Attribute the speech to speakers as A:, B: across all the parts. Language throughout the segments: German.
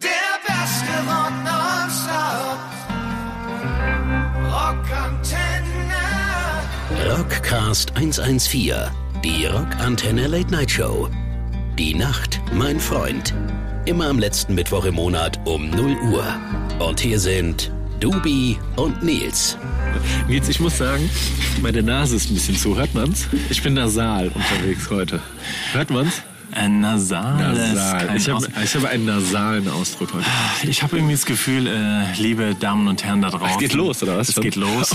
A: er
B: rock nonstop. Rockantenne.
C: Rockcast 114, die Rockantenne Late Night Show. Die Nacht, mein Freund. Immer am letzten Mittwoch im Monat um 0 Uhr. Und hier sind Dubi und Nils.
D: Nils, ich muss sagen, meine Nase ist ein bisschen zu. Hört man's? Ich bin nasal unterwegs heute. Hört man's?
E: Ein nasales.
D: Nasal.
E: kein
D: Ich habe
E: Aus- Ah,
D: ich habe einen nasalen Ausdruck heute.
E: ich hab irgendwie das Gefühl, äh, liebe Damen und Herren da draußen.
D: geht los, oder was? Oh.
E: Es geht los.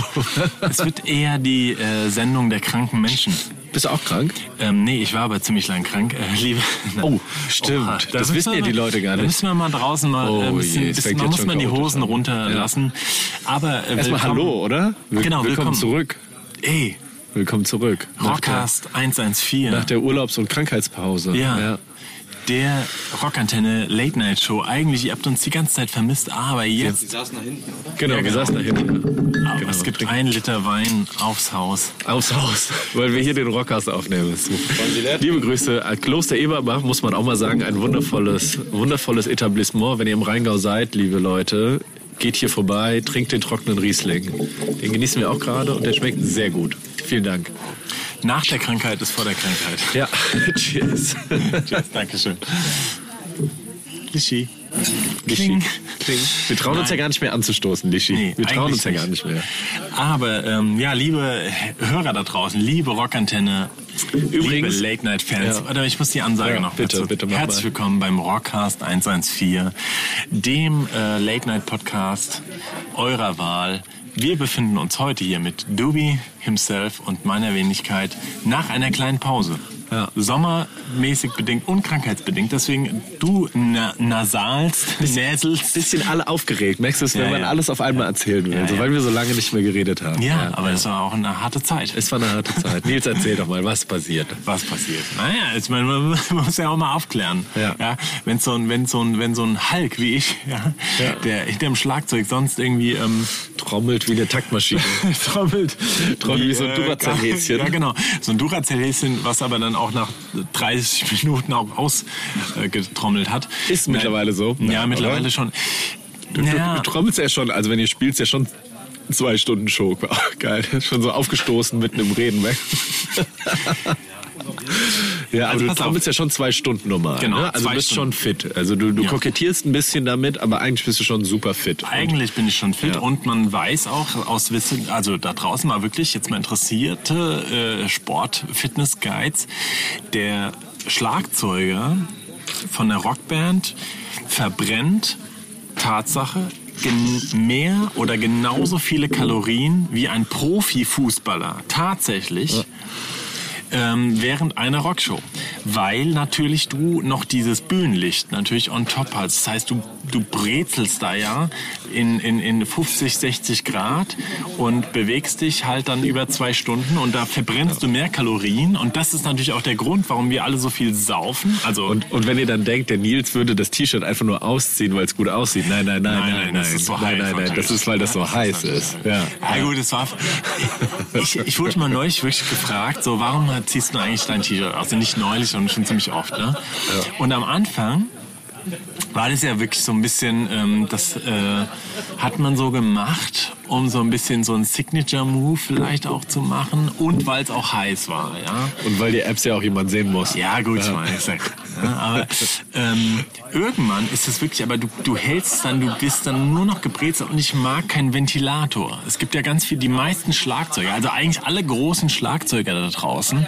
E: es wird eher die äh, Sendung der kranken Menschen.
D: Bist du auch krank?
E: Ähm, nee, ich war aber ziemlich lang krank. Äh, liebe,
D: Oh, stimmt.
E: da
D: Das
E: müssen
D: wissen
E: wir
D: ja die
E: mal-
D: Leute gar
E: Da
D: nicht.
E: müssen wir mal draußen mal.
D: Oh
E: äh, ein bisschen,
D: je, es fängt
E: man
D: jetzt
E: muss
D: schon
E: mal die
D: chaotisch
E: Hosen
D: an.
E: runterlassen. Aber äh,
D: Erstmal
E: willkommen-
D: Hallo, oder? Will-
E: Genau,
D: willkommen
E: willkommen.
D: zurück.
E: Ey,
D: Willkommen zurück. Nach der,
E: Rockcast 114.
D: nach der Urlaubs- und Krankheitspause.
E: Ja. Der Rockantenne Late Night Show. Eigentlich, ihr habt uns die ganze Zeit vermisst, aber jetzt.
D: Genau, wir saßen da hinten. Genau.
E: aber es gibt ein Liter Wein aufs Haus.
D: Aufs Haus, weil wir hier den Rockcast aufnehmen. Das ist so. Liebe Grüße, äh, Kloster Eberbach muss man auch mal sagen, ein wundervolles, wundervolles Etablissement. Wenn ihr im Rheingau seid, liebe Leute, geht hier vorbei, trinkt den trockenen Riesling. Den genießen wir auch gerade und der schmeckt sehr gut. Vielen Dank.
E: Nach der Krankheit ist vor der Krankheit.
D: Ja, cheers.
E: Tschüss, Dankeschön. Lischi.
D: Lischi. Kling. Wir trauen uns ja
E: Nein.
D: gar nicht mehr anzustoßen, Lischi.
E: Nee,
D: wir trauen
E: eigentlich
D: uns ja gar nicht mehr.
E: Aber ähm, ja, liebe Hörer da draußen, liebe Rockantenne,
D: Übrigens-
E: liebe Late-Night-Fans,
D: Ja.
E: oder ich muss die Ansage
D: Ja,
E: noch
D: bitte,
E: dazu.
D: bitte mach mal.
E: Herzlich willkommen beim Rockcast 114, dem äh, Late-Night-Podcast eurer Wahl. Wir befinden uns heute hier mit Doobie himself und meiner Wenigkeit nach einer kleinen Pause.
D: Ja.
E: Sommermäßig bedingt und krankheitsbedingt. Deswegen du na nasalst, näselst.
D: Bisschen alle aufgeregt, merkst du es, wenn
E: Ja,
D: man
E: ja.
D: alles auf einmal erzählen will,
E: Ja,
D: so,
E: ja.
D: weil wir so lange nicht mehr geredet haben.
E: Ja, aber das war auch eine harte Zeit.
D: Es war eine harte Zeit. Nils, erzähl doch mal, was passiert.
E: was passiert. Naja, ich meine, man man muss ja auch mal aufklären.
D: Ja.
E: wenn so ein, wenn so ein, wenn so ein Hulk wie ich, ja,
D: Ja.
E: der hinterm Schlagzeug sonst irgendwie ähm,
D: Trommelt wie eine Taktmaschine.
E: trommelt,
D: Trommelt wie so ein
E: äh,
D: Duracell-Häschen.
E: Ja, genau, so ein Duracell-Häschen, was aber dann auch nach 30 Minuten auch ausgetrommelt hat.
D: Ist
E: Nein.
D: mittlerweile so.
E: Ja,
D: Ja,
E: mittlerweile
D: oder?
E: schon.
D: Du,
E: Naja.
D: du trommelst ja schon, also wenn ihr spielst, ja schon zwei Stunden Show. Oh, Geil, schon so aufgestoßen mitten im Reden. Ne? Ja, aber
E: Also
D: du
E: pass auf.
D: trommelst ja schon zwei Stunden normal.
E: Genau,
D: ne? Also du
E: zwei
D: bist
E: Stunden.
D: schon fit. Also du, du
E: Ja.
D: kokettierst ein bisschen damit, aber eigentlich bist du schon super fit. Und-
E: Eigentlich bin ich schon fit
D: Ja.
E: und man weiß auch aus Wissen, also da draußen mal wirklich jetzt mal interessierte äh, Sport-Fitness-Guides, der Schlagzeuger von der Rockband verbrennt Tatsache gen- mehr oder genauso viele Kalorien wie ein Profifußballer tatsächlich ähm, während einer Rockshow. Weil natürlich du noch dieses Bühnenlicht natürlich on top hast. Das heißt, du, du brezelst da ja in, in, in 50, 60 Grad und bewegst dich halt dann über zwei Stunden und da verbrennst du mehr Kalorien. Und das ist natürlich auch der Grund, warum wir alle so viel saufen. Also
D: Und, und wenn ihr dann denkt, der Nils würde das T-Shirt einfach nur ausziehen, weil es gut aussieht. Nein, nein, nein, nein, nein,
E: das ist so
D: nein,
E: heiß
D: nein, nein. Das
E: natürlich.
D: ist, weil das so
E: Ja,
D: heiß
E: natürlich-
D: ist. Ja.
E: Ja, gut, es war. Ich, ich wurde mal neulich wirklich gefragt, so, warum ziehst du eigentlich dein T-Shirt aus? Also nicht neulich, sondern schon ziemlich oft, ne? Und am Anfang war das ja wirklich so ein bisschen, ähm, das äh, hat man so gemacht, um so ein bisschen so einen Signature-Move vielleicht auch zu machen und weil es auch heiß war, ja.
D: Und weil die Apps ja auch jemand sehen muss.
E: Ja, gut, ich meine, ich sag, ja, aber ähm, irgendwann ist es wirklich, aber du, du hältst dann, du bist dann nur noch gebrezelt und ich mag keinen Ventilator. Es gibt ja ganz viel, die meisten Schlagzeuger, also eigentlich alle großen Schlagzeuger da draußen,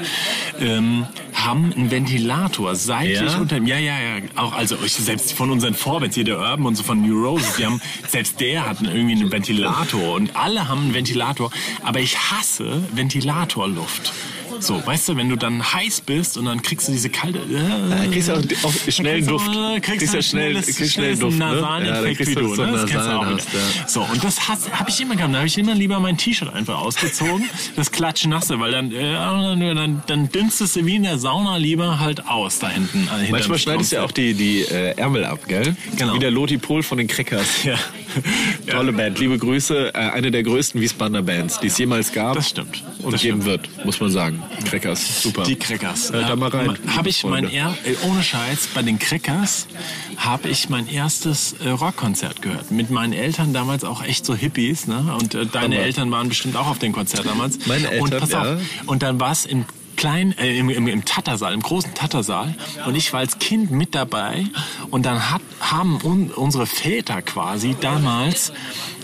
E: ähm, haben einen Ventilator seitlich
D: Ja?
E: unter dem, ja, ja, ja, auch, also ich, selbst von unseren Vorbands, hier der Urban und so von Neurosis, die haben, selbst der hat einen- irgendwie einen Ventilator und alle haben einen Ventilator, aber ich hasse Ventilatorluft. So, weißt du, wenn du dann heiß bist und dann kriegst du diese kalte. Äh,
D: Dann kriegst du auch, auch schnell einen
E: Dann
D: Duft.
E: kriegst du- äh, Kriegst,
D: Kriegst
E: du
D: ja schnell,
E: schnelles-
D: kriegst schnell einen
E: schnelles
D: Duft. Ne? Ja, dann
E: Naseneffekt
D: kriegst
E: wie du,
D: so
E: ne? Das kennst du auch
D: Nasenhaft,
E: wieder.
D: ja.
E: So, und das habe ich immer gehabt. Da habe ich immer lieber mein T-Shirt einfach ausgezogen, das klatschnasse, weil dann, äh, dann, dann, dann dünstest du wie in der Sauna lieber halt aus da hinten. äh, hinterm
D: Manchmal schneidest du ja auch
E: Strumpf.
D: die, die äh, Ärmel ab, gell?
E: Genau.
D: Wie der Loti Pohl von den Crackers.
E: Ja.
D: Tolle Band, liebe Grüße. Äh, eine der größten Wiesbadener Bands, die es jemals gab.
E: Das stimmt.
D: Und und geben wird, muss man sagen. Crackers, super.
E: Die Crackers.
D: Hört da mal rein.
E: Habe ich mein
D: Freunde.
E: er äh, ohne Scheiß bei den Crackers habe ich mein erstes äh, Rockkonzert gehört mit meinen Eltern damals auch echt so Hippies, ne? Und äh, deine
D: Hammer.
E: Eltern waren bestimmt auch auf dem Konzert damals.
D: Meine
E: und
D: Eltern,
E: pass auf.
D: ja.
E: Und dann war es im kleinen äh, im, im, im Tattersaal, im großen Tattersaal und ich war als Kind mit dabei und dann hat, haben un, unsere Väter quasi damals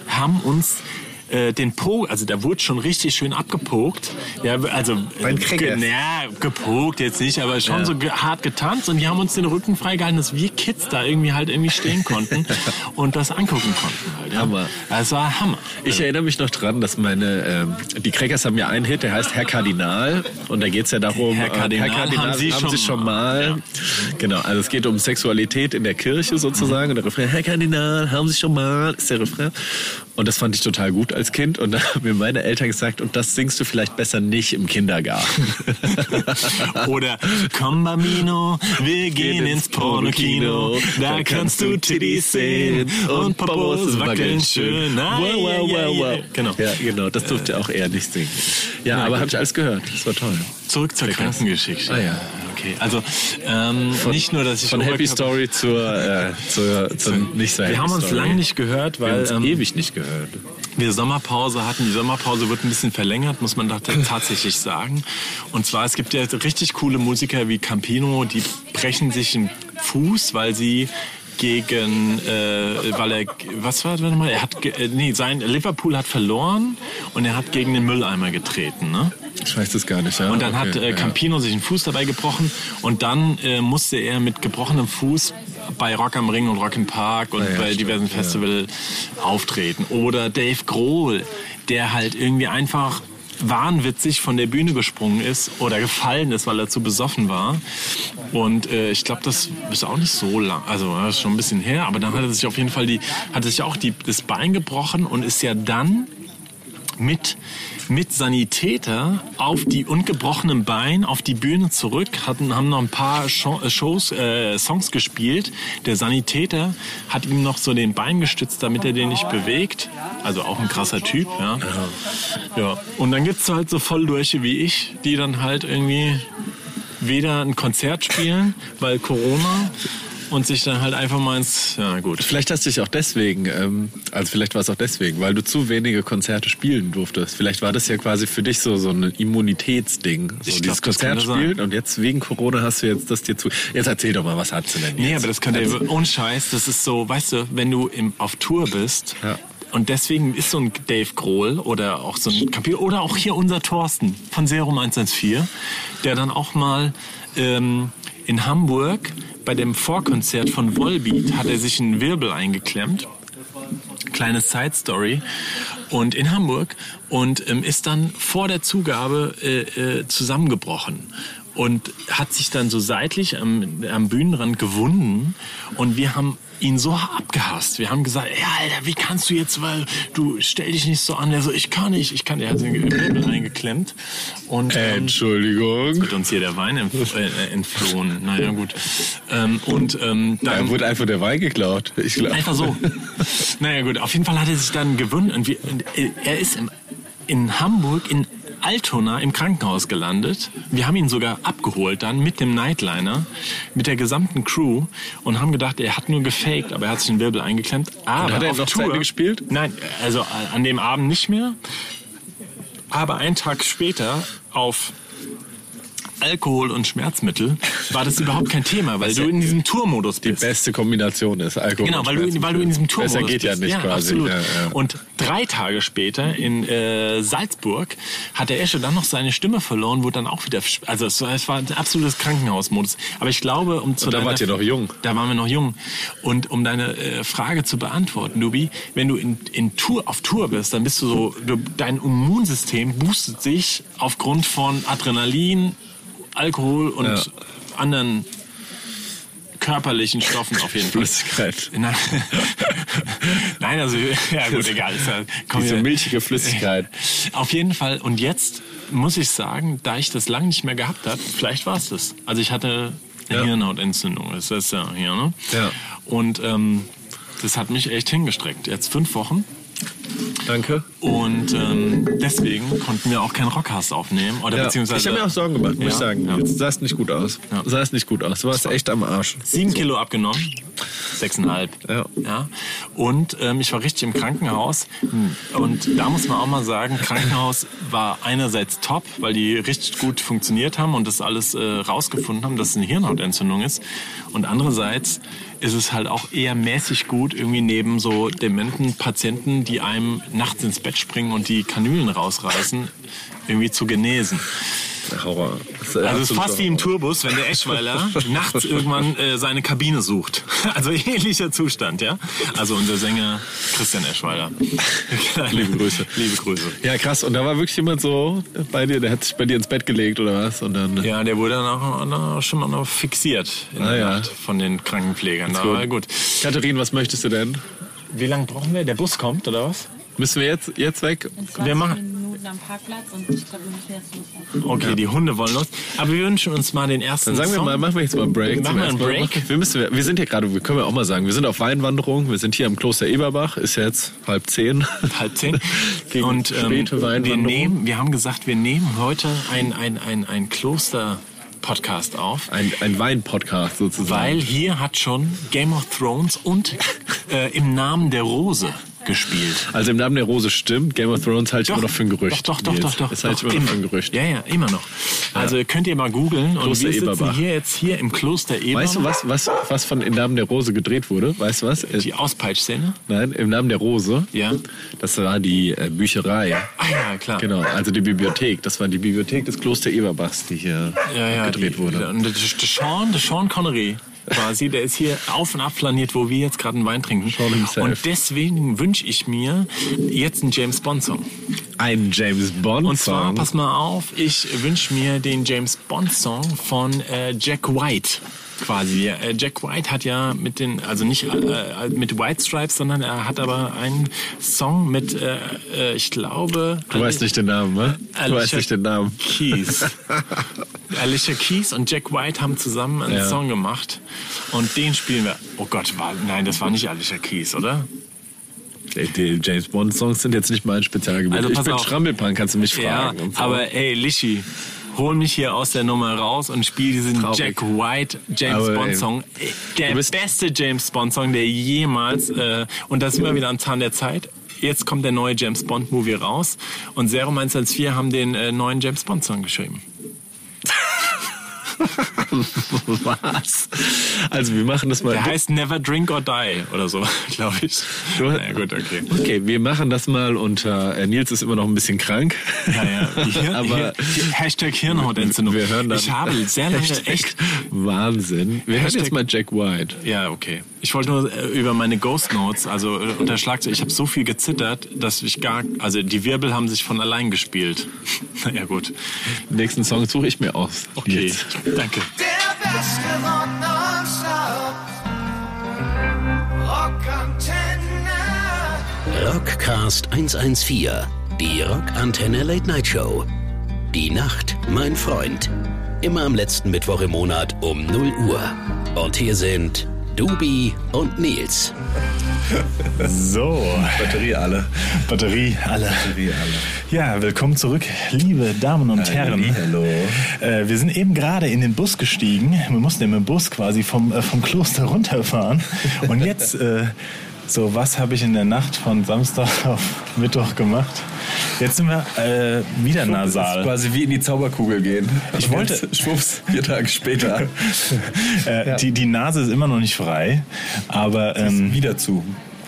E: haben uns äh, den Po, also da wurde schon richtig schön abgepokt. Ja, also
B: Beim
E: ge-
B: Kriegers.
E: ja, gepokt jetzt nicht, aber schon so ge hart getanzt und die haben uns den Rücken freigehalten, dass wir Kids da irgendwie halt irgendwie stehen konnten und das angucken konnten halt. Ja.
D: Hammer.
E: Das war Hammer.
D: Ich erinnere mich noch dran, dass meine, ähm, die Crackers haben ja einen Hit, der heißt Herr Kardinal. Und da geht es ja darum,
E: Herr
D: äh,
E: Kardinal haben Sie schon
D: mal. Genau, also es geht um Sexualität in der Kirche sozusagen. Und der Refrain, Herr Kardinal, haben Sie schon mal, ist der Refrain. Und das fand ich total gut als Kind. Und da haben mir meine Eltern gesagt, und das singst du vielleicht besser nicht im Kindergarten.
E: Oder komm Bambino, wir gehen ins Pornokino, da kannst du Titties sehen und Popos wackeln schön. Ah,
D: Wow,
E: Ai,
D: wow,
E: ai,
D: wow,
E: ai.
D: wow.
E: Genau.
D: Ja, genau, das durfte auch er nicht singen. Ja, aber habe ich alles gehört. Das war toll.
E: Zurück zur Krankengeschichte.
D: Ah, ja.
E: Okay, also ähm, nicht nur, dass ich
D: Von Happy
E: Oberkörper-
D: Story zur, äh, zur, zur nicht so Happy
E: Wir haben uns
D: Story.
E: lange nicht gehört,
D: Wir haben
E: weil
D: uns
E: ähm,
D: ewig nicht gehört.
E: wir Sommerpause hatten. Die Sommerpause wird ein bisschen verlängert, muss man da tatsächlich sagen. Und zwar, es gibt ja richtig coole Musiker wie Campino, die brechen sich den Fuß, weil sie gegen, äh, weil er, was war das nochmal? Er hat, ge- äh, nee, sein Liverpool hat verloren und er hat gegen den Mülleimer getreten, ne?
D: Ich weiß das gar nicht. Ja?
E: Und dann hat
D: Okay,
E: äh, Campino sich den Fuß dabei gebrochen und dann äh, musste er mit gebrochenem Fuß bei Rock am Ring und Rock im Park und
D: Ah ja,
E: bei
D: stimmt,
E: diversen
D: ja.
E: Festivals auftreten. Oder Dave Grohl, der halt irgendwie einfach wahnwitzig von der Bühne gesprungen ist oder gefallen ist, weil er zu besoffen war. Und äh, ich glaube, das ist auch nicht so lang, also das ist schon ein bisschen her, aber dann hat er sich auf jeden Fall die, hat er sich auch die, das Bein gebrochen und ist ja dann mit, mit Sanitäter auf die ungebrochenen Bein auf die Bühne zurück, hatten, haben noch ein paar Scho- äh, Shows, äh, Songs gespielt. Der Sanitäter hat ihm noch so den Bein gestützt, damit er den nicht bewegt. Also auch ein krasser Typ, ja. ja. Und dann gibt's halt so Volldurche wie ich, die dann halt irgendwie weder ein Konzert spielen, weil Corona und sich dann halt einfach mal ins, ja gut.
D: Vielleicht hast du dich auch deswegen, ähm, also vielleicht war es auch deswegen, weil du zu wenige Konzerte spielen durftest. Vielleicht war das ja quasi für dich so, so ein Immunitätsding. So
E: Ich
D: dieses
E: glaub, das
D: Konzert
E: könnte sein.
D: spielen und jetzt wegen Corona hast du jetzt das dir zu. Jetzt erzähl doch mal, was hast du denn jetzt?
E: Nee, aber das könnte
D: Also,
E: ohne Scheiß, das ist so, weißt du, wenn du im, auf Tour bist
D: Ja.
E: und deswegen ist so ein Dave Grohl oder auch so ein Kapier oder auch hier unser Thorsten von Serum 114, der dann auch mal ähm, in Hamburg bei dem Vorkonzert von Volbeat hat er sich einen Wirbel eingeklemmt kleine Side Story und in Hamburg und ähm, ist dann vor der Zugabe äh, äh, zusammengebrochen und hat sich dann so seitlich am, am Bühnenrand gewunden und wir haben ihn so abgehasst. Wir haben gesagt, ja, Alter, wie kannst du jetzt, weil du stell dich nicht so an. Er so, ich kann nicht, ich kann. Er hat den Wirbel eingeklemmt und ähm,
D: Entschuldigung.
E: wird uns hier der Wein entf äh, entflohen. Naja, gut. Ähm, und ähm, dann
D: Da wurde einfach der Wein geklaut. Ich glaub.
E: Einfach so. naja, gut. Auf jeden Fall hat er sich dann gewöhnt. Und wir, und äh, er ist im, in Hamburg, in Altona, im Krankenhaus gelandet. Wir haben ihn sogar abgeholt dann mit dem Nightliner, mit der gesamten Crew und haben gedacht, er hat nur gefaked, aber er hat sich den Wirbel eingeklemmt. Aber
D: er
E: auf
D: noch zu
E: Tour,
D: Ende gespielt?
E: Nein, also äh, an dem Abend nicht mehr. Aber einen Tag später auf Alkohol und Schmerzmittel war das überhaupt kein Thema, weil du in diesem Tourmodus bist.
D: Beste Kombination ist Alkohol.
E: Genau,
D: und
E: weil du, weil du in diesem Turm
D: Besser geht ja nicht quasi.
E: Absolut.
D: Ja, ja.
E: Und drei Tage später in äh, Salzburg hat der Esche dann noch seine Stimme verloren, wurde dann auch wieder. versch- Also es war, es war ein absolutes Krankenhausmodus. Aber ich glaube, um zu
D: Und da
E: deiner-
D: wart ihr noch jung.
E: Da waren wir noch jung. Und um deine äh, Frage zu beantworten, Dubi, wenn du in, in Tour auf Tour bist, dann bist du so, du, dein Immunsystem boostet sich aufgrund von Adrenalin, Alkohol und
D: Ja.
E: anderen körperlichen Stoffen auf jeden Fall.
D: Flüssigkeit.
E: Nein, Nein also, ja gut, egal. Ist ja- kommt
D: Diese
E: ja-
D: milchige Flüssigkeit.
E: Äh, Auf jeden Fall. Und jetzt muss ich sagen, da ich das lange nicht mehr gehabt habe, vielleicht war es das. Also ich hatte eine
D: Ja.
E: Hirnhautentzündung. Ist das ja hier, ne?
D: Ja.
E: Und ähm, das hat mich echt hingestreckt. Jetzt fünf Wochen.
D: Danke.
E: Und ähm, deswegen konnten wir auch keinen Rockcast aufnehmen. Oder
D: Ja. Ich
E: beziehungsweise
D: habe mir auch Sorgen gemacht, muss
E: Ja,
D: ich sagen.
E: ja.
D: Jetzt sah es nicht gut aus.
E: Ja.
D: Sah es nicht gut aus. Du warst echt am Arsch.
E: Sieben Kilo abgenommen. Sechseinhalb.
D: Ja.
E: ja. Und ähm, ich war richtig im Krankenhaus. Und da muss man auch mal sagen, Krankenhaus war einerseits top, weil die richtig gut funktioniert haben und das alles äh, rausgefunden haben, dass es eine Hirnhautentzündung ist. Und andererseits ist es halt auch eher mäßig gut, irgendwie neben so dementen Patienten, die einem nachts ins Bett springen und die Kanülen rausreißen, irgendwie zu genesen.
D: Horror. Das ist
E: Also es ist
D: absolut
E: fast wie im
D: Horror.
E: Tourbus, wenn der Eschweiler nachts irgendwann äh, seine Kabine sucht. Also ähnlicher Zustand, ja. Also unser Sänger Christian Eschweiler.
D: Liebe Grüße.
E: Liebe Grüße.
D: Ja, krass. Und da war wirklich jemand so bei dir, der hat sich bei dir ins Bett gelegt oder was? Und dann.
E: Ja, der wurde dann auch, dann auch schon mal noch fixiert in
D: Ah,
E: der
D: ja.
E: Nacht von den Krankenpflegern. Aber gut.
D: Katharin, was möchtest du denn?
E: Wie lange brauchen wir? Der Bus kommt, oder was?
D: Müssen wir jetzt, jetzt weg?
E: Wir
B: 20
E: machen-
B: Minuten am Parkplatz und ich glaube, wir müssen jetzt los.
E: Okay, die Hunde wollen los. Aber wir wünschen uns mal den ersten
D: Dann sagen wir
E: Song.
D: mal, machen wir jetzt mal einen Break.
E: Machen
D: zum
E: wir einen
D: ersten Mal.
E: Break?
D: Wir, müssen, wir sind ja gerade, wir können ja auch mal sagen, wir sind auf Weinwanderung, wir sind hier am Kloster Eberbach, ist jetzt halb zehn.
E: halb zehn.
D: Gegen
E: und ähm,
D: späte
E: wir,
D: Weinwanderung.
E: nehmen, wir haben gesagt, wir nehmen heute ein, ein, ein, ein Kloster-Podcast auf.
D: Ein, ein Wein-Podcast sozusagen.
E: Weil hier hat schon Game of Thrones und äh, im Namen der Rose gespielt.
D: also im Namen der Rose stimmt, Game of Thrones halte ich immer noch für ein Gerücht.
E: Doch, doch, doch, doch, doch.
D: Das halte ich
E: doch,
D: halt immer noch für ein Gerücht.
E: Ja, ja, immer noch. Also könnt ihr mal googeln. Und
D: Kloster
E: wir sitzen
D: Eberbach.
E: hier jetzt hier im Kloster Eberbach.
D: Weißt du, was, was, was von Im Namen der Rose gedreht wurde? Weißt du was? Äh,
E: Die Auspeitschszene?
D: Nein, Im Namen der Rose.
E: Ja.
D: Das war die äh, Bücherei.
E: Ah ja, klar.
D: Genau, also die Bibliothek. Das war die Bibliothek des Kloster Eberbachs, die hier
E: Ja, ja,
D: gedreht
E: die,
D: wurde.
E: Und der, der, Sean, der Sean Connery quasi, der ist hier auf und ab planiert, wo wir jetzt gerade einen Wein trinken.
D: Sean himself.
E: Und deswegen wünsche ich mir jetzt einen James Bond Song.
D: Ein James Bond.
E: Und zwar,
D: Song.
E: pass mal auf, ich wünsche mir den James Bond Song von äh, Jack White. Quasi. Äh, Jack White hat ja mit den, also nicht äh, mit White Stripes, sondern er hat aber einen Song mit, äh, äh, ich glaube.
D: Du weißt nicht den Namen, ne? Du
E: Alicia
D: weißt nicht den Namen.
E: Keys. Alicia Keys und Jack White haben zusammen einen
D: Ja.
E: Song gemacht und den spielen wir. Oh Gott, war, nein, das war nicht Alicia Keys, oder?
D: Die- Die James Bond Songs sind jetzt nicht mein Spezialgebiet.
E: Also
D: ich
E: pass
D: bin
E: auf.
D: Schrammelpunk, kannst du mich
E: Ja,
D: fragen. und so.
E: aber ey, Lishi, hol mich hier aus der Nummer raus und spiel diesen
D: Traurig.
E: Jack White James
D: Aber,
E: Bond
D: ey,
E: Song. Ey, Der
D: du bist-
E: beste James Bond Song, der jemals, äh, und das immer wieder am Zahn der Zeit. Jetzt kommt der neue James Bond Movie raus und 0114 haben den äh, neuen James Bond Song geschrieben.
D: was? Also wir machen das mal.
E: Der heißt Never Drink or Die oder so, glaube ich.
D: Du-
E: Na ja, gut, okay.
D: okay, wir machen das mal unter. Äh, Nils ist immer noch ein bisschen krank.
E: Ja, ja.
D: aber
E: Hier, aber hier, Hashtag Hirnhautentzündung.
D: wir hören dann.
E: ich habe sehr lange echt
D: Wahnsinn. Wir hören
E: Hashtag-
D: jetzt mal Jack White.
E: Ja, okay. Ich wollte nur äh, über meine Ghost Notes, also äh, unter Schlagzeug, ich habe so viel gezittert, dass ich gar, also die Wirbel haben sich von allein gespielt. naja, gut.
D: Den nächsten Song suche ich mir aus.
E: Okay,
D: Nils.
E: danke.
A: Der beste Rock nonstop. Rockantenne.
C: Rockcast 114, die Rockantenne Late Night Show. Die Nacht, mein Freund. Immer am letzten Mittwoch im Monat um 0 Uhr. Und hier sind Dubi und Nils.
F: So,
D: Batterie alle.
F: Batterie alle.
D: Batterie alle.
F: Ja, willkommen zurück, liebe Damen und Herren.
D: hallo.
F: Äh, wir sind eben gerade in den Bus gestiegen. Wir mussten mit dem Bus quasi vom, äh, vom Kloster runterfahren. Und jetzt, äh, so was habe ich in der Nacht von Samstag auf Mittwoch gemacht? Jetzt sind wir äh, wieder nasal.
D: Quasi wie in die Zauberkugel gehen.
F: Ich wollte-
D: Schwupps, vier Tage später.
F: äh, die, die Nase ist immer noch nicht frei, aber ähm,
D: Wieder zu.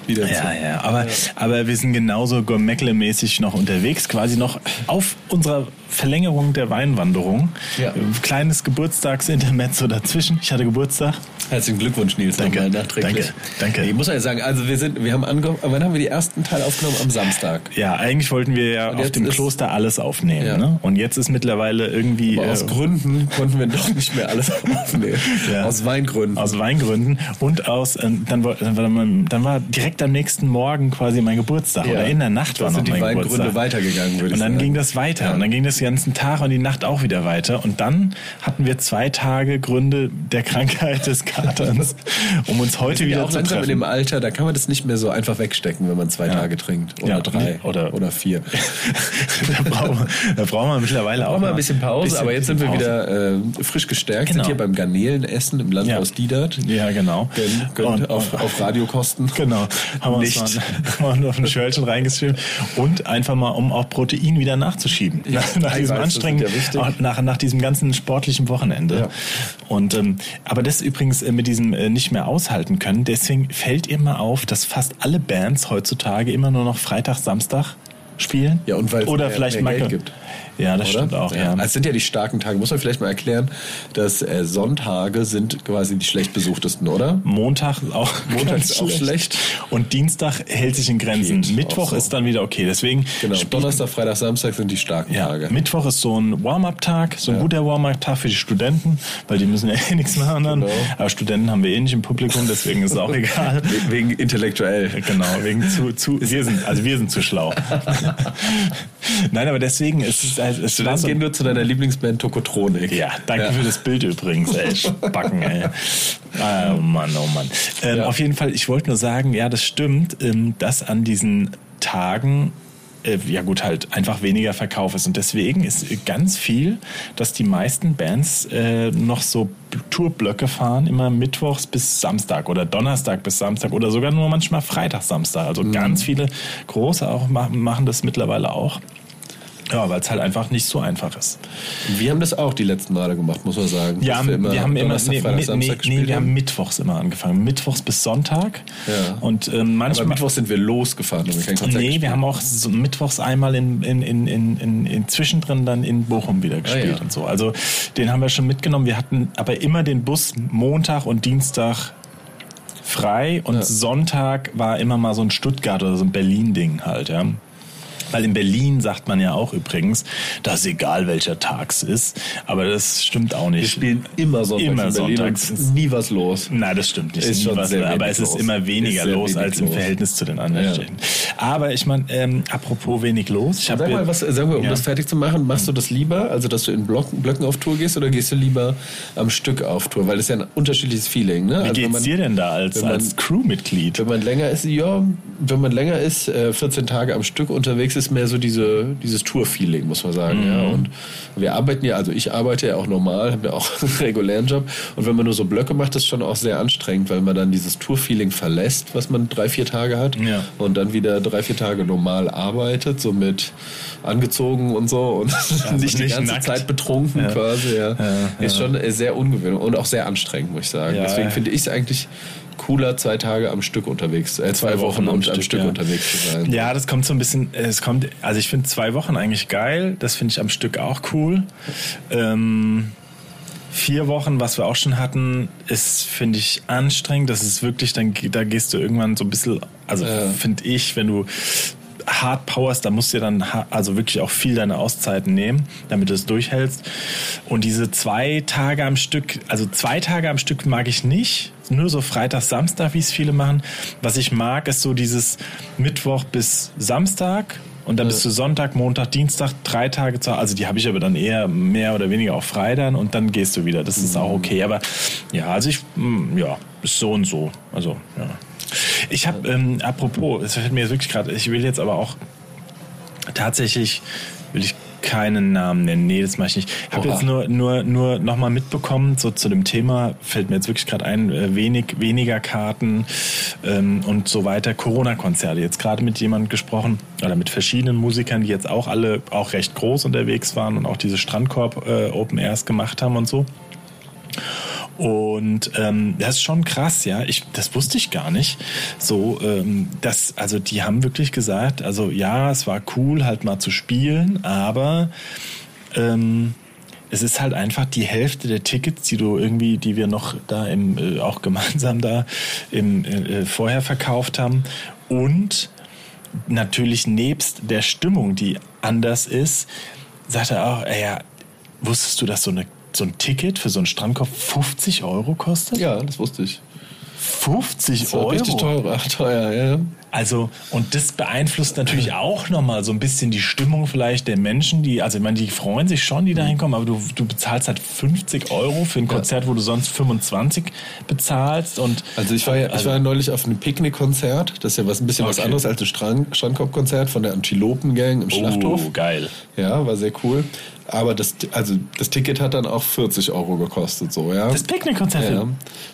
D: Wieder
F: Ja, ja, aber, aber wir sind genauso Gourmetle-mäßig noch unterwegs, quasi noch auf unserer Verlängerung der Weinwanderung.
D: Ja.
F: Kleines Geburtstagsintermezzo dazwischen. Ich hatte Geburtstag.
G: Herzlichen Glückwunsch, Nils.
F: Danke.
G: nochmal nachträglich.
F: Danke. Danke.
G: Ich muss ja sagen, also wir sind, wir haben angekommen, wann haben wir die ersten Teil aufgenommen? Am Samstag.
F: Ja, eigentlich wollten wir ja
G: Und
F: auf
G: jetzt
F: dem
G: ist-
F: Kloster alles aufnehmen.
G: Ja.
F: Ne? Und jetzt ist mittlerweile irgendwie.
G: Aber aus
F: äh,
G: Gründen konnten wir doch nicht mehr alles aufnehmen.
F: Ja.
G: Aus Weingründen.
E: äh,
F: Aus Weingründen und aus, ähm, dann, woll- dann, war, dann war direkt
E: direkt am nächsten Morgen quasi mein Geburtstag
D: Ja.
E: oder in der Nacht
D: Da
E: war noch
D: sind die
E: mein
D: Weingründe
E: Geburtstag.
D: weitergegangen, würde ich
E: Und dann
D: sagen.
E: ging das weiter und dann ging das den ganzen Tag und die Nacht auch wieder weiter und dann hatten wir zwei Tage Gründe der Krankheit des Katerns, um uns heute
D: Ja,
E: wieder
D: auch
E: zu
D: langsam in dem
E: treffen.
D: Alter, da kann man das nicht mehr so einfach wegstecken, wenn man zwei Tage trinkt. Oder
E: Ja,
D: drei.
E: nee, oder-
D: oder vier.
E: da, brauchen wir, da brauchen wir mittlerweile auch
D: Auch mal ein bisschen Pause,
E: bisschen-
D: aber jetzt sind wir
E: Pause.
D: wieder ähm, frisch gestärkt,
E: Genau.
D: sind hier beim Garnelenessen im Landhaus
E: Ja.
D: Diedert.
E: Ja, genau.
D: Gönn, gönn,
E: Und-
D: auf, auf Radiokosten.
E: Genau, haben wir
D: Nicht.
E: uns mal, mal auf ein Schörlchen reingeschrieben und einfach mal, um auch Protein wieder nachzuschieben. nach, nach
D: Eiweiß,
E: diesem
D: das ist
E: anstrengenden,
D: ja wichtig.
E: auch nach, nach diesem ganzen sportlichen Wochenende.
D: Ja.
E: Und ähm, aber das übrigens äh, mit diesem äh, nicht mehr aushalten können. Deswegen fällt immer auf, dass fast alle Bands heutzutage immer nur noch Freitag, Samstag spielen.
D: Ja, und weil es
E: oder
D: mehr-
E: vielleicht
D: mehr
E: Macke.
D: Geld gibt.
E: Ja, das
D: Oder?
E: stimmt auch. Ja.
D: Also Es sind ja die starken Tage. Muss man vielleicht mal erklären, dass äh, Sonntage sind quasi die schlecht besuchtesten, oder?
E: Montag auch
D: Montag
E: ganz
D: ist auch schlecht.
E: Und Dienstag hält sich in Grenzen.
D: Geht auch
E: Mittwoch
D: so.
E: ist dann wieder okay. Deswegen
D: Genau.
E: spielen-
D: Donnerstag, Freitag, Samstag sind die starken
E: Ja,
D: Tage.
E: Mittwoch ist so ein Warm-up-Tag, so ein guter Warm-up-Tag für die Studenten, weil die müssen ja eh nichts machen dann.
D: Genau.
E: Aber Studenten haben wir eh nicht im Publikum, deswegen ist es auch egal.
D: We- Wegen intellektuell.
E: Genau, wegen zu, zu wir sind, also wir sind zu schlau. Nein, aber deswegen ist es, halt- es war
D: Dann
E: so,
D: gehen wir zu deiner Lieblingsband Tokotronik.
E: ja, danke für das Bild übrigens, ey, Spacken, ey. Oh Mann, oh Mann. Ähm,
D: Ja.
E: Auf jeden Fall, ich wollte nur sagen, ja, das stimmt, ähm, dass an diesen Tagen äh, ja gut, halt einfach weniger Verkauf ist. Und deswegen ist äh, ganz viel, dass die meisten Bands äh, noch so B- Tourblöcke fahren, immer mittwochs bis Samstag oder Donnerstag bis Samstag oder sogar nur manchmal Freitag, Samstag. Also ganz viele große auch ma- machen das mittlerweile auch. Ja, weil es halt einfach nicht so einfach ist.
D: Wir haben das auch die letzten Male gemacht, muss man sagen.
E: Wir
D: Dass
E: haben, wir, haben immer
D: Donnerstag,
E: nee,
D: Freitag,
E: nee,
D: Samstag
E: nee,
D: gespielt
E: wir
D: haben.
E: haben mittwochs immer angefangen. Mittwochs bis Sonntag.
D: Ja.
E: Und ähm,
D: Aber
E: manchmal.
D: Mittwoch sind wir losgefahren, um haben wir kein Konzert
E: Nee,
D: gespielt.
E: wir haben auch so mittwochs einmal in, in, in, in, in, in zwischendrin dann in Bochum wieder gespielt
D: Ah, ja.
E: und so. Also den haben wir schon mitgenommen. Wir hatten aber immer den Bus Montag und Dienstag frei und Sonntag war immer mal so ein Stuttgart oder so ein Berlin-Ding halt, ja. Weil in Berlin sagt man ja auch übrigens, dass ist egal welcher Tag es ist, aber das stimmt auch nicht.
D: Wir spielen immer sonntags
E: Immer
D: in Berlin
E: sonntags.
D: und nie was los.
E: Na, das stimmt nicht.
D: Ist
E: Nie
D: schon
E: was,
D: sehr wenig
E: aber es ist
D: los.
E: immer weniger
D: Ist sehr
E: los
D: wenig
E: als im
D: los.
E: Verhältnis zu den anderen
D: Ja.
E: Städten. Aber ich meine, ähm, apropos wenig los. Ich hab
D: Sag mal,
E: ja-
D: was, sag mal, um
E: Ja.
D: das fertig zu machen, machst du das lieber, also dass du in Block, Blöcken auf Tour gehst oder gehst du lieber am Stück auf Tour? Weil das ist ja ein unterschiedliches Feeling, ne?
E: Wie
D: also wenn
E: geht's
D: man,
E: dir denn da als,
D: wenn man-
E: als Crewmitglied?
D: Wenn man länger ist, ja, wenn man länger ist, äh, 14 Tage am Stück unterwegs ist, mehr so diese, dieses Tour-Feeling, muss man sagen. Ja.
E: Mhm.
D: Und wir arbeiten ja, also ich arbeite ja auch normal, habe ja auch einen regulären Job. Und wenn man nur so Blöcke macht, ist schon auch sehr anstrengend, weil man dann dieses Tour-Feeling verlässt, was man drei, vier Tage hat.
E: Ja.
D: Und dann wieder drei, vier Tage normal arbeitet, so mit angezogen und so und nicht die
E: also nicht
D: ganze
E: nackt.
D: Zeit betrunken quasi. Ja. Ist schon äh, sehr ungewöhnlich und auch sehr anstrengend, muss ich sagen.
E: Ja,
D: Deswegen
E: ja.
D: finde ich es eigentlich cooler, zwei Tage am Stück unterwegs, äh, zwei, Wochen, am Stück,
E: ja.
D: unterwegs zu sein.
E: Ja, das kommt so ein bisschen, es kommt, also ich finde zwei Wochen eigentlich geil, das finde ich am Stück auch cool. Ähm, vier Wochen, was wir auch schon hatten, ist, finde ich, anstrengend. Das ist wirklich, dann ge- da gehst du irgendwann so ein bisschen, also finde ich, wenn du hart powerst, da musst du dir dann ha- also wirklich auch viel deine Auszeiten nehmen, damit du es durchhältst. Und diese zwei Tage am Stück, also zwei Tage am Stück mag ich nicht. Nur so Freitag, Samstag, wie es viele machen. Was ich mag, ist so dieses Mittwoch bis Samstag und dann bist du Sonntag, Montag, Dienstag, drei Tage zu Also die habe ich aber dann eher mehr oder weniger auch frei dann und dann gehst du wieder. Das ist auch okay. Aber ja, also ich, mm, ja, ist so und so. Also, ja. Ich habe, ähm, apropos, es fällt mir jetzt wirklich gerade, ich will jetzt aber auch tatsächlich, will ich keinen Namen nennen. Nee, das mache ich nicht. Ich habe
D: Oha.
E: jetzt nur, nur, nur nochmal mitbekommen, so zu dem Thema, fällt mir jetzt wirklich gerade ein, äh, wenig, weniger Karten ähm, und so weiter. Corona-Konzerte. Jetzt gerade mit jemandem gesprochen oder mit verschiedenen Musikern, die jetzt auch alle auch recht groß unterwegs waren und auch diese Strandkorb äh, Open Airs gemacht haben und so. Und ähm, das ist schon krass, ja. Ich, das wusste ich gar nicht. So, ähm, das, also die haben wirklich gesagt, also ja, es war cool, halt mal zu spielen, aber ähm, es ist halt einfach die Hälfte der Tickets, die du irgendwie, die wir noch da im, äh, auch gemeinsam da im, äh, äh, vorher verkauft haben. Und natürlich nebst der Stimmung, die anders ist, sagt er auch, ey, ja, wusstest du, dass so, eine, so ein Ticket für so einen Strandkorb 50 Euro kostet?
D: Ja, das wusste ich.
E: 50
H: war
E: Euro.
H: richtig teuer, teuer, ja.
E: Also, und das beeinflusst natürlich auch nochmal so ein bisschen die Stimmung vielleicht der Menschen, die, also ich meine, die freuen sich schon, die
H: Mhm.
E: da hinkommen, aber du, du bezahlst halt 50 Euro für ein Konzert, wo du sonst 25 bezahlst und
H: Also ich war ja, ich war ja neulich auf einem Picknickkonzert. Das ist ja was ein bisschen was
E: Okay.
H: anderes als ein Strand, Strandkorbkonzert von der Antilopengang im Schlachthof.
E: Oh, geil.
H: Ja, war sehr cool. Aber das, also das Ticket hat dann auch 40 Euro gekostet, so, ja.
E: Das Picknickkonzert.
H: ja,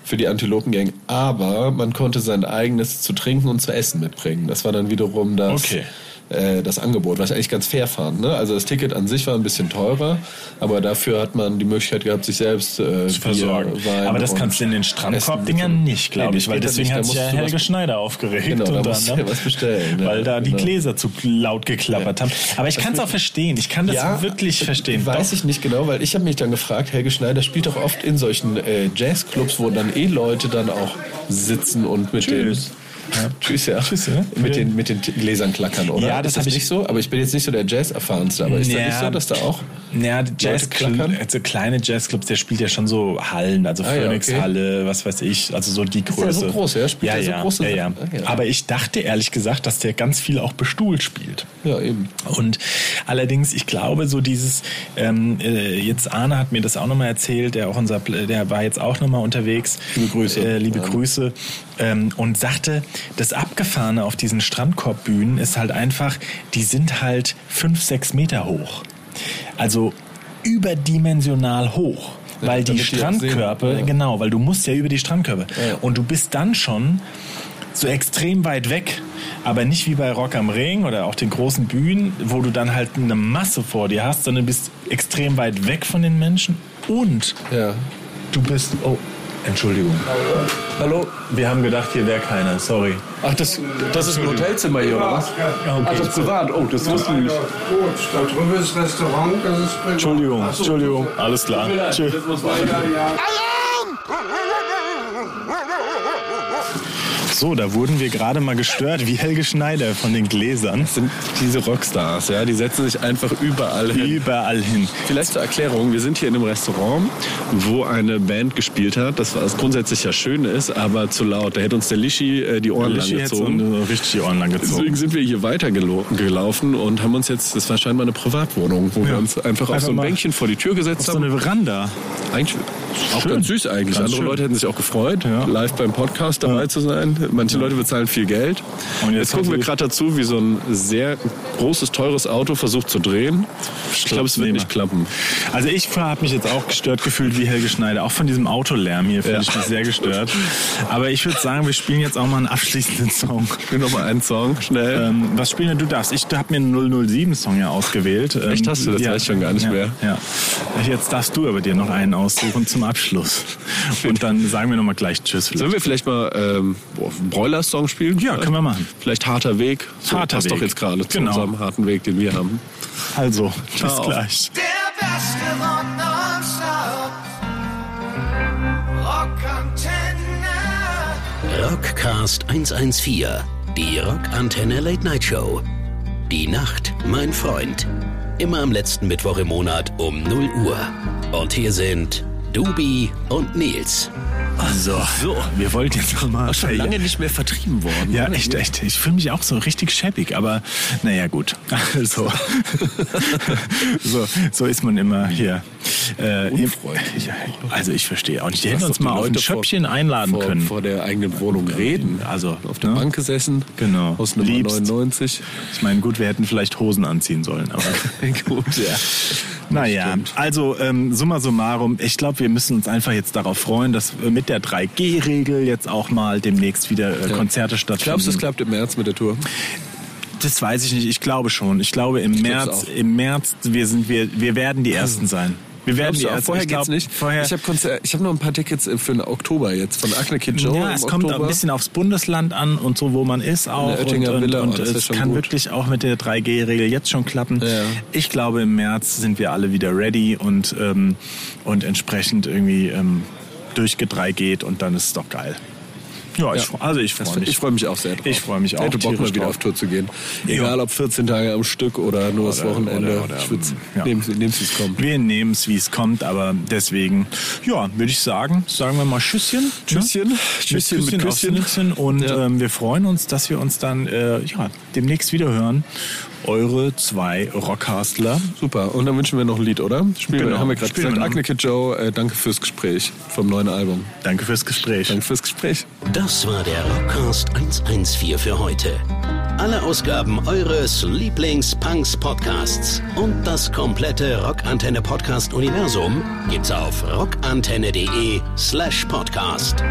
H: für die Antilopengang. Aber man konnte sein eigenes zu trinken und zu essen mitbringen. Das war dann wiederum das,
E: Okay.
H: äh, das Angebot, was ich eigentlich ganz fair fand. Ne? Also das Ticket an sich war ein bisschen teurer, aber dafür hat man die Möglichkeit gehabt, sich selbst äh, zu
E: versorgen. Aber das kannst du in den Strandkorb-Dingern nicht, glaube
H: Nee,
E: ich,
H: das
E: weil
H: geht
E: deswegen
H: nicht, da
E: hat sich ja
H: musst du
E: Helge
H: was-
E: Schneider aufgeregt.
H: Genau, da
E: unter
H: musst du
E: anderem,
H: ja was bestellen, ja,
E: Weil da die
H: genau.
E: Gläser zu laut geklappert haben. Aber ich kann es auch verstehen. Ich kann das wirklich verstehen.
H: Weiß
E: Doch.
H: ich nicht genau, weil ich habe mich dann gefragt, Helge Schneider spielt doch oft in solchen äh, Jazzclubs, wo dann eh Leute dann auch sitzen und mit
E: Tschüss.
H: den... Ja. Tschüss, ja.
E: Tschüss, ja.
H: Mit, den, mit den Gläsern klackern, oder?
E: Ja, das
H: ist das
E: hab ich-
H: nicht so. Aber ich bin jetzt nicht so der Jazz-Erfahrenste, aber ist das
E: Ja.
H: nicht so, dass da auch...
E: Ja, die Jazz
H: klackern?
E: also kleine Jazzclubs, der spielt ja schon so Hallen, also
H: Ah ja,
E: Phoenix-Halle, was weiß ich, also so die
H: ja
E: Größe.
H: so groß, ja? Spielt
E: ja,
H: ja so
E: ja,
H: große
E: ja, ja.
H: Sachen. Ah ja.
E: Aber ich dachte ehrlich gesagt, dass der ganz viel auch bestuhlt spielt.
H: Ja, eben.
E: Und allerdings, ich glaube, so dieses, ähm, äh, jetzt Arne hat mir das auch nochmal erzählt, der, auch unser, Pl- der war jetzt auch nochmal unterwegs. Liebe Grüße. Äh, liebe Grüße. Ähm, und sagte, das Abgefahrene auf diesen Strandkorbbühnen ist halt einfach, die sind halt fünf, sechs Meter hoch. Also überdimensional hoch.
H: Ja,
E: weil die
H: damit die auch sehen.
E: Strandkörper,
H: Ja.
E: genau, weil du musst ja über die Strandkörper.
H: Ja.
E: Und du bist dann schon so extrem weit weg, aber nicht wie bei Rock am Ring oder auch den großen Bühnen, wo du dann halt eine Masse vor dir hast, sondern bist extrem weit weg von den Menschen und
H: Ja.
E: du bist. Oh, Entschuldigung.
H: Hallo?
E: Wir haben gedacht, hier wäre keiner, sorry.
H: Ach, das, das ist ein Hotelzimmer hier, oder was? Ach,
E: Also
H: das ist privat. Oh, das wussten wir nicht.
I: Gut, da drüben ist Restaurant, das ist privat.
E: Entschuldigung, Entschuldigung. Alles klar. Tschüss. So, da wurden wir gerade mal gestört, wie Helge Schneider von den Gläsern.
D: sind diese Rockstars, ja, die setzen sich einfach überall hin.
E: Überall hin.
D: Vielleicht zur Erklärung, wir sind hier in einem Restaurant, wo eine Band gespielt hat, das was grundsätzlich ja schön ist, aber zu laut. Da hätte uns der Lischi äh, die Ohren
E: Lischi hat's
D: langgezogen.
E: so richtig die Ohren lang
D: Deswegen
E: gezogen.
D: sind wir hier weitergelaufen und haben uns jetzt, das war scheinbar eine Privatwohnung, wo
E: Ja.
D: wir uns einfach auf
E: Einfach
D: so ein
E: mal
D: Bänkchen vor die Tür gesetzt
E: So
D: haben.
E: eine Veranda.
D: Eigentlich auch
E: Schön.
D: ganz süß eigentlich.
E: Ganz
D: Andere
E: schön.
D: Leute hätten sich auch gefreut,
E: Ja.
D: live beim Podcast dabei zu sein. Manche Leute bezahlen viel Geld.
E: Und
D: Und
E: jetzt
D: jetzt, gucken wir
E: natürlich-
D: gerade dazu, wie so ein sehr großes, teures Auto versucht zu drehen. Ich glaube, es wird
E: Nehme.
D: nicht klappen.
E: Also ich habe mich jetzt auch gestört gefühlt wie Helge Schneider. Auch von diesem Autolärm hier finde
D: Ja.
E: ich mich sehr gestört. Aber ich würde sagen, wir spielen jetzt auch mal einen abschließenden Song.
D: Ich will noch mal einen Song, schnell.
E: Ähm, was spielen denn du darfst? Ich habe mir einen 007-Song ja ausgewählt. Ähm,
D: Echt, hast du? Das
E: ja,
D: weiß ich schon gar nicht
E: ja,
D: mehr.
E: Ja. Jetzt darfst du aber dir noch einen aussuchen zum Abschluss. Und dann sagen wir nochmal gleich Tschüss. vielleicht.
D: Sollen wir vielleicht mal ähm, Broiler-Song spielen?
E: Ja, können wir machen.
D: Vielleicht harter Weg. So,
E: Harter
D: passt
E: Weg.
D: doch jetzt gerade zu
E: Genau.
D: unserem harten Weg, den wir haben.
E: Also, bis
D: Ciao.
E: gleich.
A: Der beste Rock nonstop. Rock Antenne.
C: Rockcast 114, die Rockantenne Late Night Show. Die Nacht, mein Freund. Immer am letzten Mittwoch im Monat um 0 Uhr. Und hier sind Dubi und Nils.
E: So, wir wollten jetzt noch mal.
D: Schon lange nicht mehr vertrieben worden.
E: Ja, echt, echt. Ich fühle mich auch so richtig schäbig, aber naja, gut. Also, so, so ist man immer hier. Äh,
D: Hm. Unfreundlich
E: ja, Also ich verstehe auch nicht. Die
D: Lass
E: hätten
D: doch
E: uns
D: die
E: mal auf ein
D: Leute vor-
E: Schöppchen einladen
D: vor,
E: können.
D: Vor der eigenen Wohnung reden.
E: Also,
D: auf der
E: ne?
D: Bank gesessen.
E: Genau.
D: Aus Nummer
E: Liebst.
D: 99.
E: Ich meine, gut, wir hätten vielleicht Hosen anziehen sollen, aber.
D: Gut, ja.
E: Naja, also ähm, summa summarum, ich glaube, wir müssen uns einfach jetzt darauf freuen, dass äh, mit der 3G-Regel jetzt auch mal demnächst wieder äh, Konzerte stattfinden.
D: Glaubst du, es klappt im März mit der Tour?
E: Das weiß ich nicht. Ich glaube schon. Ich glaube im
D: glaub's
E: März,
D: auch. Also,
E: im März, wir sind wir, wir werden die Ersten sein. Wir werden
D: Glaubst
E: die
D: du auch?
E: Ersten.
D: Vorher
E: also ich glaub,
D: geht's nicht.
E: Vorher.
D: ich habe hab noch ein paar Tickets äh, für den Oktober jetzt von Acne Kid Joe.
E: ja,
D: im
E: es kommt
D: Oktober.
E: ein bisschen aufs Bundesland an und so, wo man ist auch.
D: der Oettinger
E: und und,
D: Villa, oh,
E: und
D: das ist
E: es
D: schon
E: kann
D: gut.
E: wirklich auch mit der 3G-Regel jetzt schon klappen.
D: Ja.
E: Ich glaube, im März sind wir alle wieder ready und, ähm, und entsprechend irgendwie ähm, durchgedrei geht und dann ist es doch geil. Ja, ich, fre- also ich freue mich.
D: Ich freue mich auch sehr drauf.
E: Ich freue mich auch
D: Hätte Bock
E: tierisch
D: mal wieder
E: drauf.
D: auf Tour zu gehen. Egal ob 14 Tage am Stück oder nur das
E: Oder-
D: Wochenende.
E: oder- oder,
D: ich würde
E: ja.
D: nehmen, wie es kommt.
E: Wir nehmen es, wie es kommt, aber deswegen, ja, würde ich sagen, sagen wir mal Tschüsschen.
D: Tschüsschen.
E: ne?
D: Tschüsschen
E: mit
D: mit
E: Küsschen.
D: Küsschen.
E: aufs Nüsschen. Und
D: Ja.
E: ähm, wir freuen uns, dass wir uns dann äh, ja, demnächst wieder hören. Eure zwei Rockhastler.
D: Super. Und dann wünschen wir noch ein Lied, oder? Spielen
E: Genau.
D: wir, haben wir gerade
E: Spielen
D: gesagt.
E: wir noch.
D: Agne Kid Joe, äh, danke fürs Gespräch vom neuen Album.
E: Danke fürs Gespräch.
D: Danke fürs Gespräch.
C: Das war der Rockcast 114 für heute. Alle Ausgaben eures Lieblings-Punks-Podcasts und das komplette Rockantenne-Podcast-Universum gibt's auf rockantenne.de/slash podcast.